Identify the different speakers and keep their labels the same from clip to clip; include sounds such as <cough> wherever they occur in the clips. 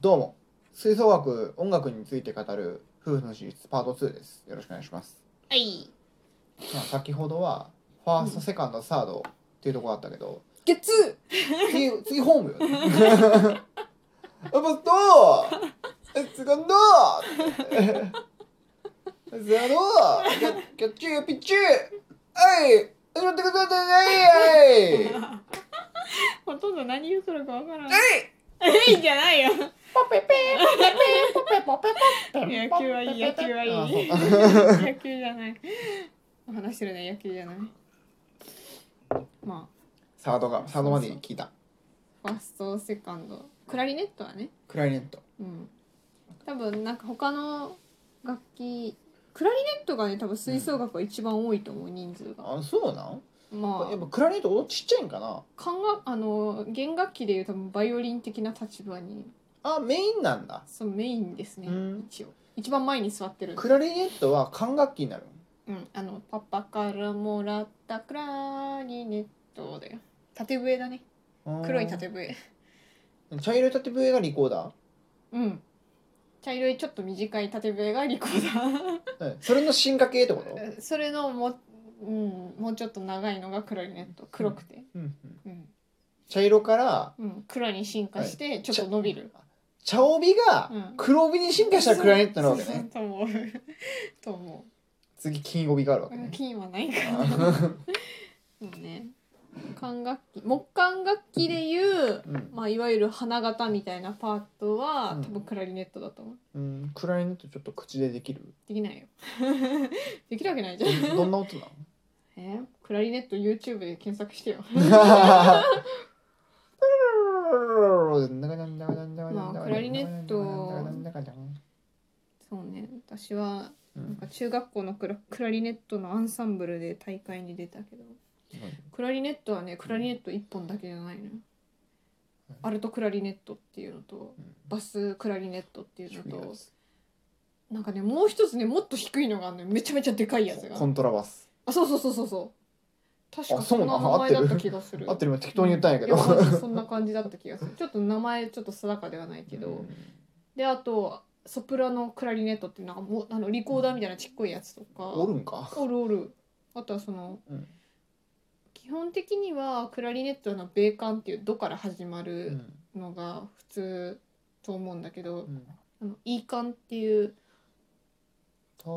Speaker 1: どうも吹奏楽音楽について語る夫婦の史実パート2ですよろしくお願いします、
Speaker 2: はい。
Speaker 1: まあ、先ほどはファーストセカンドサードっていうところだったけど
Speaker 3: ゲッツ
Speaker 1: <laughs> 次次ホームよ
Speaker 2: <laughs>
Speaker 1: ねやっぱそうセカンド <laughs> ゼロキャッチピッチはい始まってくださいはい
Speaker 2: <laughs> ほとんど何言うとるかわからん。え <laughs> いじゃないよ。
Speaker 1: ポペペポペポペポペ
Speaker 2: <laughs> 野球はいい、野球はいい。
Speaker 1: あそう
Speaker 2: <laughs> 野球じゃない。話してるね、野球じゃない。ま
Speaker 1: サードがサードまで聞いた
Speaker 2: あ、ファースト、セカンド。クラリネットはね。
Speaker 1: クラリネット
Speaker 2: うん。多分、なんか他の楽器、クラリネットがね、多分吹奏楽が一番多いと思う、人数が。
Speaker 1: あそうなん
Speaker 2: ま
Speaker 1: やっ
Speaker 2: あ、
Speaker 1: ぱクラリネット音ちっちゃいんかな
Speaker 2: 管楽、あの、弦楽器でいう多分バイオリン的な立場に、
Speaker 1: あメインなんだ
Speaker 2: そのメインですね、
Speaker 1: うん
Speaker 2: 一応。一番前に座ってるんで
Speaker 1: クラリネットは管楽器になる
Speaker 2: うん、あのパパからもらったクラリネットだよ。縦笛だね。
Speaker 1: の
Speaker 2: 黒い縦笛。
Speaker 1: 茶色い縦笛がリコー
Speaker 2: <laughs>
Speaker 1: ダ
Speaker 2: うん。茶色いちょっと短い縦笛がリコー
Speaker 1: ー、うん、それの進化系ってこと
Speaker 2: ダ
Speaker 1: <laughs>
Speaker 2: ー。それのも、うん、もうちょっと長いのがクラリネット。黒くて。
Speaker 1: うんうん
Speaker 2: うん。
Speaker 1: 茶色から
Speaker 2: うん、黒に進化してちょっと伸びる。
Speaker 1: 茶帯が
Speaker 2: うん
Speaker 1: 黒帯に進化したクラリネットなわけ
Speaker 2: そうそう
Speaker 1: ね
Speaker 2: と思う。と思
Speaker 1: 次金帯があるわ
Speaker 2: う
Speaker 1: け。ね
Speaker 2: 金はないか
Speaker 1: あ
Speaker 2: ら。
Speaker 1: ー
Speaker 2: そうね。管楽器木管楽器でいう、
Speaker 1: <laughs> うん
Speaker 2: まあ、いわゆる花形みたいなパートは、
Speaker 1: うん
Speaker 2: 多分クラリネットだと思う
Speaker 1: うんクラリネットちょっと口でできる
Speaker 2: できないよ <laughs> できるわけないじゃん
Speaker 1: どんな音なの
Speaker 2: えクラリネット YouTube で検索してよ
Speaker 1: ま
Speaker 2: あクラリネットそうね私はなんか中学校のクラクラリネットのアンサンブルで大会に出たけどクラリネットはねクラリネット1本だけじゃないのよ
Speaker 1: うん
Speaker 2: アルトクラリネットっていうのと
Speaker 1: うん
Speaker 2: バスクラリネットっていうのとなんかねもう一つねもっと低いのがあるのよめちゃめちゃでかいやつが
Speaker 1: コントラバス
Speaker 2: あそうそうそうそうそう確
Speaker 1: あ
Speaker 2: か
Speaker 1: そ
Speaker 2: そうの
Speaker 1: なの
Speaker 2: 名前だった気がする
Speaker 1: 合ってる今適当に言ったんやけど
Speaker 2: いマジでそんな感じだった気がするちょっと名前ちょっと定かではないけど、であとソプラノクラリネットっていうなんかもうあのリコーダーみたいなちっこいやつとか
Speaker 1: おるんか
Speaker 2: おるおるあとはその
Speaker 1: うん
Speaker 2: 基本的にはクラリネットの米管っていう「ド」から始ま
Speaker 1: う
Speaker 2: る
Speaker 1: ん
Speaker 2: のが普通と思うんだけ
Speaker 1: う
Speaker 2: ど、
Speaker 1: ん
Speaker 2: あの E 管っていう
Speaker 1: 倒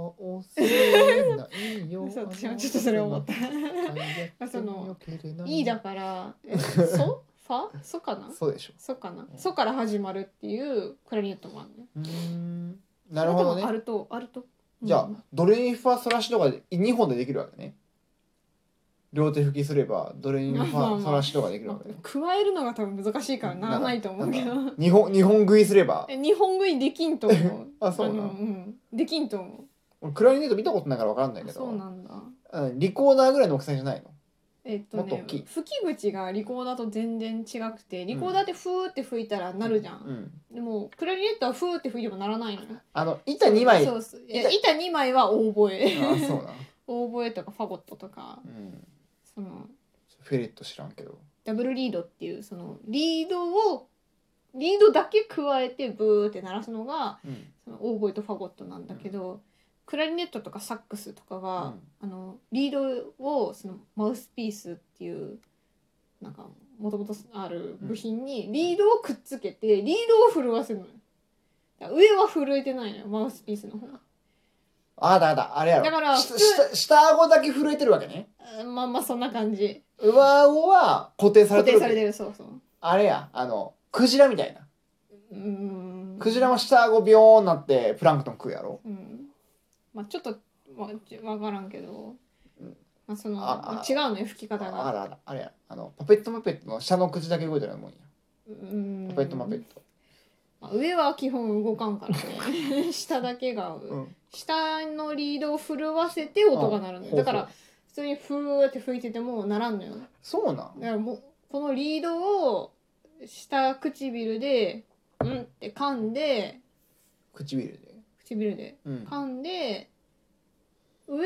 Speaker 1: せないよ
Speaker 2: 嘘私もちょっと <laughs> それ思った <laughs> E だからえソファソかな
Speaker 1: そうでしょ
Speaker 2: ソかな
Speaker 1: うん
Speaker 2: ソから始まるっていうクラリネットもあるね
Speaker 1: うーんなるほど
Speaker 2: それともア
Speaker 1: ね
Speaker 2: ルトアルト
Speaker 1: じゃあ
Speaker 2: うん
Speaker 1: ドレミファソラシドが2本でできるわけね両手拭きすればドレミファソラシドができるわけね
Speaker 2: 加えるのが多分難しいからならないと思うけど
Speaker 1: なんか日本日本食いすれば
Speaker 2: <laughs> え日本語にできんと思う
Speaker 1: <laughs> あそうなの
Speaker 2: のうんできんと思う
Speaker 1: 俺クラリネット見たことないから分かんないけ
Speaker 2: あ
Speaker 1: ど
Speaker 2: そうなんだ
Speaker 1: うんリコーダーぐらいの大きさじゃないの
Speaker 2: えっと
Speaker 1: もっ
Speaker 2: ね
Speaker 1: と大きい
Speaker 2: 吹き口がリコーダーと全然違くてリコーダーってフーって吹いたらなるじゃん、
Speaker 1: うん
Speaker 2: でもクラリネットはフーって吹いてもならないのよ
Speaker 1: あの板2枚
Speaker 2: そ
Speaker 1: あ
Speaker 2: うそうえ板2枚はオー
Speaker 1: <laughs>
Speaker 2: ボエ
Speaker 1: そうな
Speaker 2: オーボエとかファゴットとか
Speaker 1: うん
Speaker 2: その
Speaker 1: フェレット知らんけど
Speaker 2: ダブルリードっていうそのリードをリードだけ加えてブーって鳴らすのが
Speaker 1: うん
Speaker 2: そのオーボエとファゴットなんだけど、クラリネットとかサックスとか
Speaker 1: う
Speaker 2: は
Speaker 1: ん、
Speaker 2: あのリードをそのマウスピースっていうなんかもともとある部品にリードをくっつけてリードを震わせるのよ。だから上は震えてないのよマウスピースの方が。
Speaker 1: あだだあれやろ
Speaker 2: だから
Speaker 1: 下
Speaker 2: 普
Speaker 1: 下下顎だけ震えてるわけね
Speaker 2: あまあまあそんな感じ。
Speaker 1: 上顎は固定されてる
Speaker 2: 固定さ
Speaker 1: わ
Speaker 2: れて
Speaker 1: け
Speaker 2: るそうそう。
Speaker 1: あれやあのクジラみたいな
Speaker 2: うーん。
Speaker 1: クジラも下顎ビヨーンなってプランクトン食うやろ
Speaker 2: うん、まあちょっとわちわからんけど
Speaker 1: うん、
Speaker 2: まあ、その
Speaker 1: ああ
Speaker 2: まあ違うのよ吹き
Speaker 1: あ
Speaker 2: 方
Speaker 1: らあ
Speaker 2: が。
Speaker 1: らあらあれやあのパペットパペットの下の口だけ動いてるもんや
Speaker 2: うん
Speaker 1: パペットパペット
Speaker 2: まあ上は基本動かんから
Speaker 1: <laughs>
Speaker 2: ね下だけが、
Speaker 1: うん
Speaker 2: 下のリードを震わせて音が鳴るのよ
Speaker 1: うん
Speaker 2: だから普通にふーって吹いてても鳴らんのよだ
Speaker 1: そうなん
Speaker 2: からもうこのリードを下唇でうんって噛んで
Speaker 1: 唇で
Speaker 2: 唇で
Speaker 1: うん
Speaker 2: 噛んで上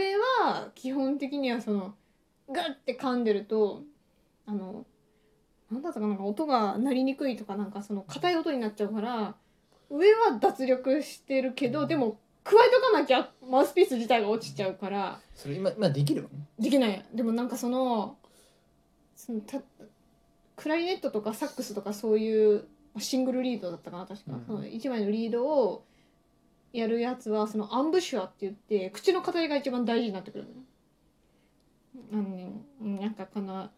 Speaker 2: は基本的にはそのガッて噛んでるとあのなんだったかななんか音が鳴りにくいとかなんかその硬い音になっちゃうから上は脱力してるけどでも加えとかなきゃマウスピース自体が落ちちゃうから
Speaker 1: それ今今できるの
Speaker 2: できないでもなんかそのそのたクラリネットとかサックスとかそういうシングルリードだったかな確か、
Speaker 1: うん
Speaker 2: その1枚のリードをやるやつはそのアンブシュアって言って口の形が一番大事になってくるのよあのねうんなんかこの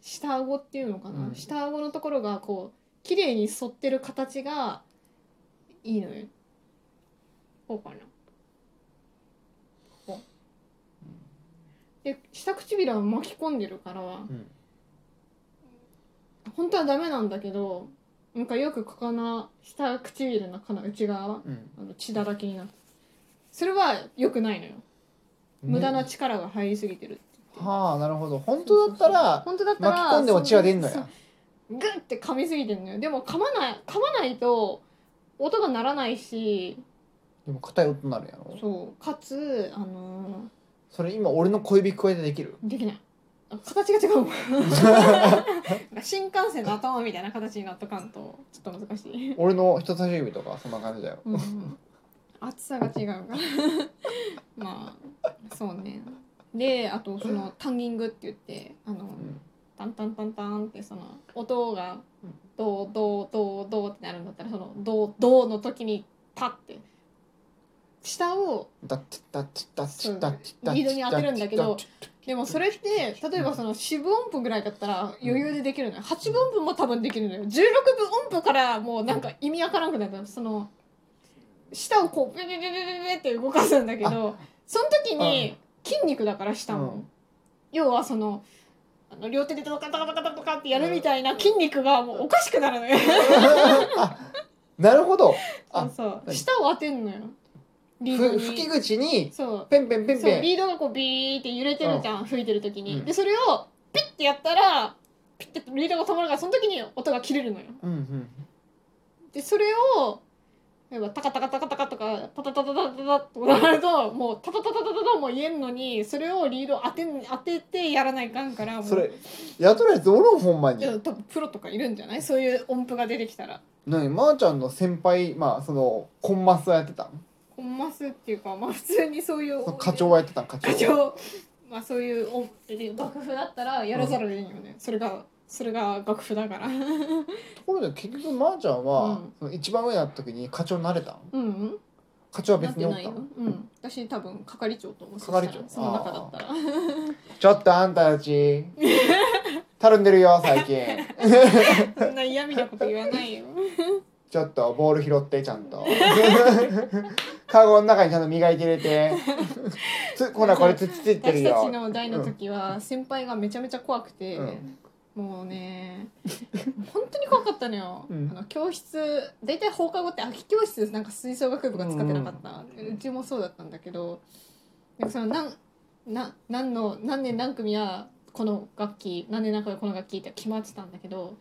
Speaker 2: 下顎っていうのかな、
Speaker 1: うん
Speaker 2: 下顎のところがこう綺麗に反ってる形がいいのよこうかなこうで下唇は巻き込んでるから、
Speaker 1: うん
Speaker 2: 本当はダメなんだけどなんかよくここの下唇のこの内側は
Speaker 1: うん
Speaker 2: あの血だらけになってそれは良くないのよ無駄な
Speaker 1: ね
Speaker 2: 力が入りすぎてる
Speaker 1: はあなるほど本当だったら
Speaker 2: 本当だったら
Speaker 1: 巻き込んでも血は出んのや
Speaker 2: そうグッて噛みすぎてんのよでも噛まない噛まないと音が鳴らないし
Speaker 1: でも硬い音になるやろ
Speaker 2: そうかつあの
Speaker 1: それ今俺の小指加えてできる
Speaker 2: ーできないあ形が違うもん <laughs> 新幹線の頭みたいな形になっとかんとちょっと難しい
Speaker 1: 俺の人差し指とかそんな感じだよ
Speaker 2: うん、厚さが違うから <laughs> まあそうねであとそのタンギングって言ってあの、
Speaker 1: ん
Speaker 2: タンタンタンタンってその音がドードードードーってなるんだったらそのドードーの時にパッて下を
Speaker 1: だってだってだってだってだって
Speaker 2: リードに当てるんだけどでもそれって例えばその四分音符ぐらいだったら余裕でできるのよ8分音符も多分できるのよ16分音符からもうなんか意味わからなくなったのその舌をこうビュビュビュビュビュビュって動かすんだけどその時に筋肉だから舌も、
Speaker 1: うん
Speaker 2: 要はそのあの両手でドカドカドカドカってやるみたいな筋肉がもうおかしくなるのよ
Speaker 1: あなるほど
Speaker 2: <laughs> そう
Speaker 1: あ
Speaker 2: そう舌を当てんのよリード
Speaker 1: ふ吹き
Speaker 2: に
Speaker 1: 口に
Speaker 2: そう
Speaker 1: ペンペンペン
Speaker 2: そう
Speaker 1: ペン
Speaker 2: リードがこうビーって揺れてるじゃん、吹いてる時に、
Speaker 1: うん
Speaker 2: でそれをピッてやったらピッてリードが止まるからその時に音が切れるのよ
Speaker 1: うんうん
Speaker 2: でそれを例えばタカタカタカタカとかタタタタタタタとかなるともうタタタタタタタも言えんのにそれをリード当てん当ててやらないかんからもう
Speaker 1: それ雇われておるんほんま
Speaker 2: いや
Speaker 1: に
Speaker 2: 多分プロとかいるんじゃないそういう音符が出てきたら
Speaker 1: 何まーちゃんの先輩まあそのコンマスはやってたん
Speaker 2: コンマスっていうかまあ普通にそういう
Speaker 1: その課長はやってたん課長
Speaker 2: 課長まあそういうお楽譜だったらやらざるを得んよね、それがそれが楽譜だからう
Speaker 1: ところで結局まーちゃんは、
Speaker 2: うん
Speaker 1: その一番上になった時に課長になれたん
Speaker 2: んうん
Speaker 1: 課長は
Speaker 2: なっ
Speaker 1: 別に
Speaker 2: て
Speaker 1: お
Speaker 2: な
Speaker 1: っ
Speaker 2: い
Speaker 1: た
Speaker 2: よ
Speaker 1: ん、
Speaker 2: うん、私多分係長と思う
Speaker 1: 係長
Speaker 2: その中だったら
Speaker 1: ちょっとあんたたちたるんでるよ最近
Speaker 2: そんな嫌味なこと言わ
Speaker 1: <laughs>
Speaker 2: ないよ
Speaker 1: ちょっとボール拾ってちゃんと
Speaker 2: <laughs>
Speaker 1: カゴの中にちゃんと磨いて入れてつほらこれつつついてる
Speaker 2: 私たち
Speaker 1: よ
Speaker 2: の代の時は先輩がめちゃめちゃ怖くて、
Speaker 1: うん
Speaker 2: もうね本当に怖かったのよ、
Speaker 1: うん
Speaker 2: あの教室大体放課後って空き教室なんか吹奏楽部が使ってなかった、うちもそうだったんだけどなんかそのなんな何の何年何組はこの楽器何年何組はこの楽器って決まってたんだけど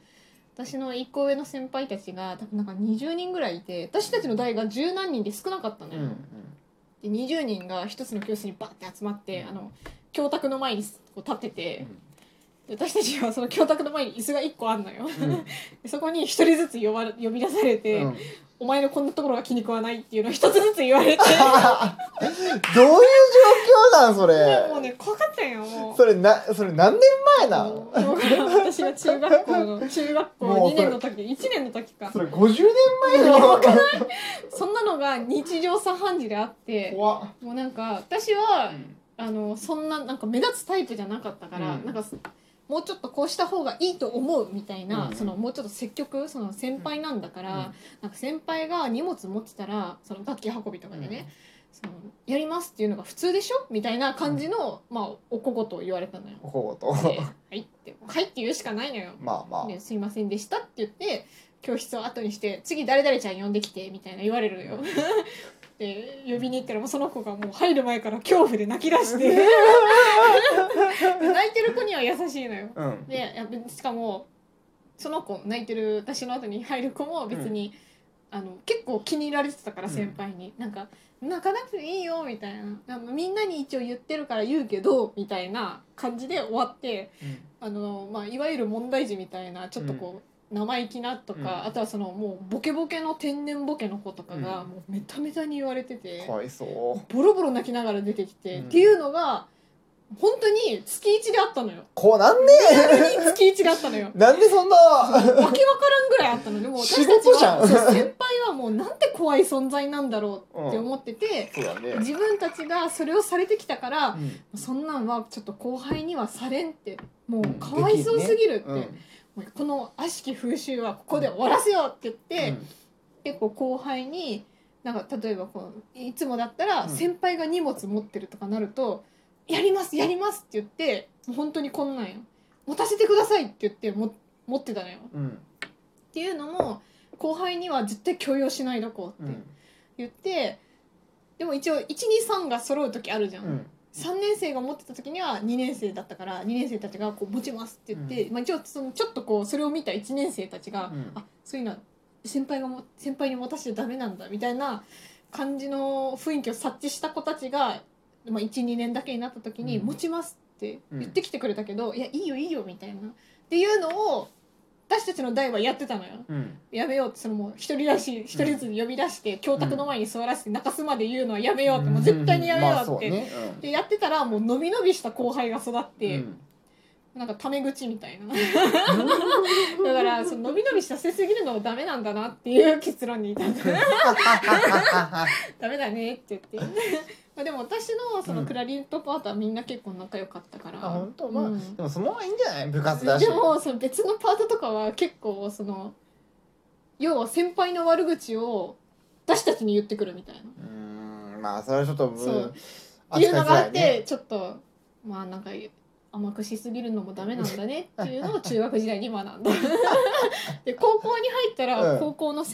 Speaker 2: 私の一個上の先輩たちが多分なんか20人ぐらいいて私たちの代が十何人で少なかったの
Speaker 1: う
Speaker 2: よ。
Speaker 1: ん
Speaker 2: で20人が一つの教室にバッて集まって、あの教卓の前にこう立ってて。で私たちはその教卓の前に椅子が1個あんのよ、
Speaker 1: うんうん
Speaker 2: <laughs> でそこに1人ずつ呼ばれ呼び出されて、
Speaker 1: うん
Speaker 2: お前のこんなところが気に食わない」っていうのを1つずつ言わ
Speaker 1: <laughs>
Speaker 2: れて
Speaker 1: どういう状況なんそ
Speaker 2: も
Speaker 1: れ
Speaker 2: うね怖かったよもう
Speaker 1: それ <laughs> なそれ何年前な
Speaker 2: も
Speaker 1: ん
Speaker 2: う私が中学校の中学
Speaker 1: <laughs>
Speaker 2: 校
Speaker 1: もう
Speaker 2: 2
Speaker 1: それ
Speaker 2: 年の時1年の時か
Speaker 1: それ50年前の
Speaker 2: そんなのが日常茶飯事であって
Speaker 1: 怖っ
Speaker 2: もうなんか私はあのそんななんか目立つタイプじゃなかったから、
Speaker 1: うん
Speaker 2: なんかもうちょっとこうした方がいいと思うみたいな、
Speaker 1: うん
Speaker 2: そのもうちょっと積極その先輩なんだから、
Speaker 1: うん
Speaker 2: なんか先輩が荷物持ってたらその楽器運びとかでね、そのやりますっていうのが普通でしょみたいな感じの、まあおこごとを言われたのよ。
Speaker 1: おこ
Speaker 2: で
Speaker 1: ごと
Speaker 2: はいって「はい」って言うしかないのよ。
Speaker 1: まあまあ
Speaker 2: で「すいませんでした」って言って教室を後にして「次誰々ちゃん呼んできて」みたいな言われるのよ。 <laughs> で呼びに行ったらもうその子がもう入る前から恐怖で泣き出して泣いてる子には優しいのよ。
Speaker 1: うん
Speaker 2: でやっぱしかもその子泣いてる私の後に入る子も別に、あの結構気に入られてたから
Speaker 1: うん
Speaker 2: 先輩に、なんか「泣かなくていいよ」みたいなあの「みんなに一応言ってるから言うけど」みたいな感じで終わってあの、まあ、いわゆる問題児みたいなちょっとこう、生意気なとか、
Speaker 1: うん
Speaker 2: あとはそのもうボケボケの天然ボケの子とかが
Speaker 1: うん
Speaker 2: もうめためたに言われてて、
Speaker 1: かわいそう
Speaker 2: ボロボロ泣きながら出てきて、
Speaker 1: うん
Speaker 2: っていうのが本当に月1であったのよ
Speaker 1: こうなんね
Speaker 2: 本当に月1であったのよ
Speaker 1: なんでそんな
Speaker 2: わけわからんぐらいあったので
Speaker 1: <laughs>
Speaker 2: もう私たち
Speaker 1: 仕事じゃ
Speaker 2: は
Speaker 1: ん
Speaker 2: そう先輩はもうなんて怖い存在なんだろうって思ってて、
Speaker 1: そうだね
Speaker 2: 自分たちがそれをされてきたから、
Speaker 1: うん
Speaker 2: そんなんはちょっと後輩にはされんってもうかわいそうすぎるって、
Speaker 1: うん
Speaker 2: もうこの悪しき風習はここで終わらせようって言って、
Speaker 1: うん
Speaker 2: 結構後輩になんか例えばこういつもだった
Speaker 1: う
Speaker 2: ら
Speaker 1: ん
Speaker 2: 先輩が荷物持ってるとかなると「やりますやります」って言ってもう本当にこんなんよ持たせてくださいって言っても持ってたのよ。
Speaker 1: うん
Speaker 2: っていうのも後輩には絶対強要しないどこう
Speaker 1: う
Speaker 2: って
Speaker 1: ん
Speaker 2: 言って、でも一応123が揃う時あるじゃん、
Speaker 1: うん
Speaker 2: 3年生が持ってた時には2年生だったから2年生たちがこう持ちますって言って、まあ、一応そのちょっとこうそれを見た1年生たちが、
Speaker 1: うん
Speaker 2: あそういうのは先輩がも先輩に持たせちゃダメなんだみたいな感じの雰囲気を察知した子たちが、まあ、12年だけになった時に「
Speaker 1: うん
Speaker 2: 持ちます」って言ってきてくれたけど「いやいいよいいよ」みたいなっていうのを私たちの代はやってたのよ。
Speaker 1: うん
Speaker 2: やめようってそのもう一人らしい一人ずつ呼び出して、教託の前に座らせて泣かすまで言うのはやめようって、もう絶対にやめよ
Speaker 1: まあ
Speaker 2: う
Speaker 1: そ
Speaker 2: っ
Speaker 1: う
Speaker 2: て、
Speaker 1: ね
Speaker 2: でやってたらもう伸び伸びした後輩が育っ
Speaker 1: うん
Speaker 2: て、
Speaker 1: うん
Speaker 2: なんかタメ口みたいなだから
Speaker 1: <laughs>
Speaker 2: その伸び伸びさせすぎるのはダメなんだなっていう結論に至ったダメだねって
Speaker 1: <laughs>
Speaker 2: 言ってまあでも私のそのクラリネットパートはみんな結構仲良かったから、
Speaker 1: あ本当まあ
Speaker 2: うん
Speaker 1: でもそのままいいんじゃない部活だし
Speaker 2: でもその別のパートとかは結構その要は先輩の悪口を私たちに言ってくるみたいな、
Speaker 1: うーんまあそれはちょっと
Speaker 2: そう
Speaker 1: 扱
Speaker 2: っ
Speaker 1: い
Speaker 2: ていうの
Speaker 1: づ
Speaker 2: が
Speaker 1: ら
Speaker 2: あ
Speaker 1: い
Speaker 2: っ
Speaker 1: ね
Speaker 2: てちょっとまあなんか甘くしすぎるのもダ
Speaker 1: <laughs>
Speaker 2: メなんだねっていうのを中学時代に学んだで高校に入った
Speaker 1: う
Speaker 2: ら
Speaker 1: ん
Speaker 2: 高校の先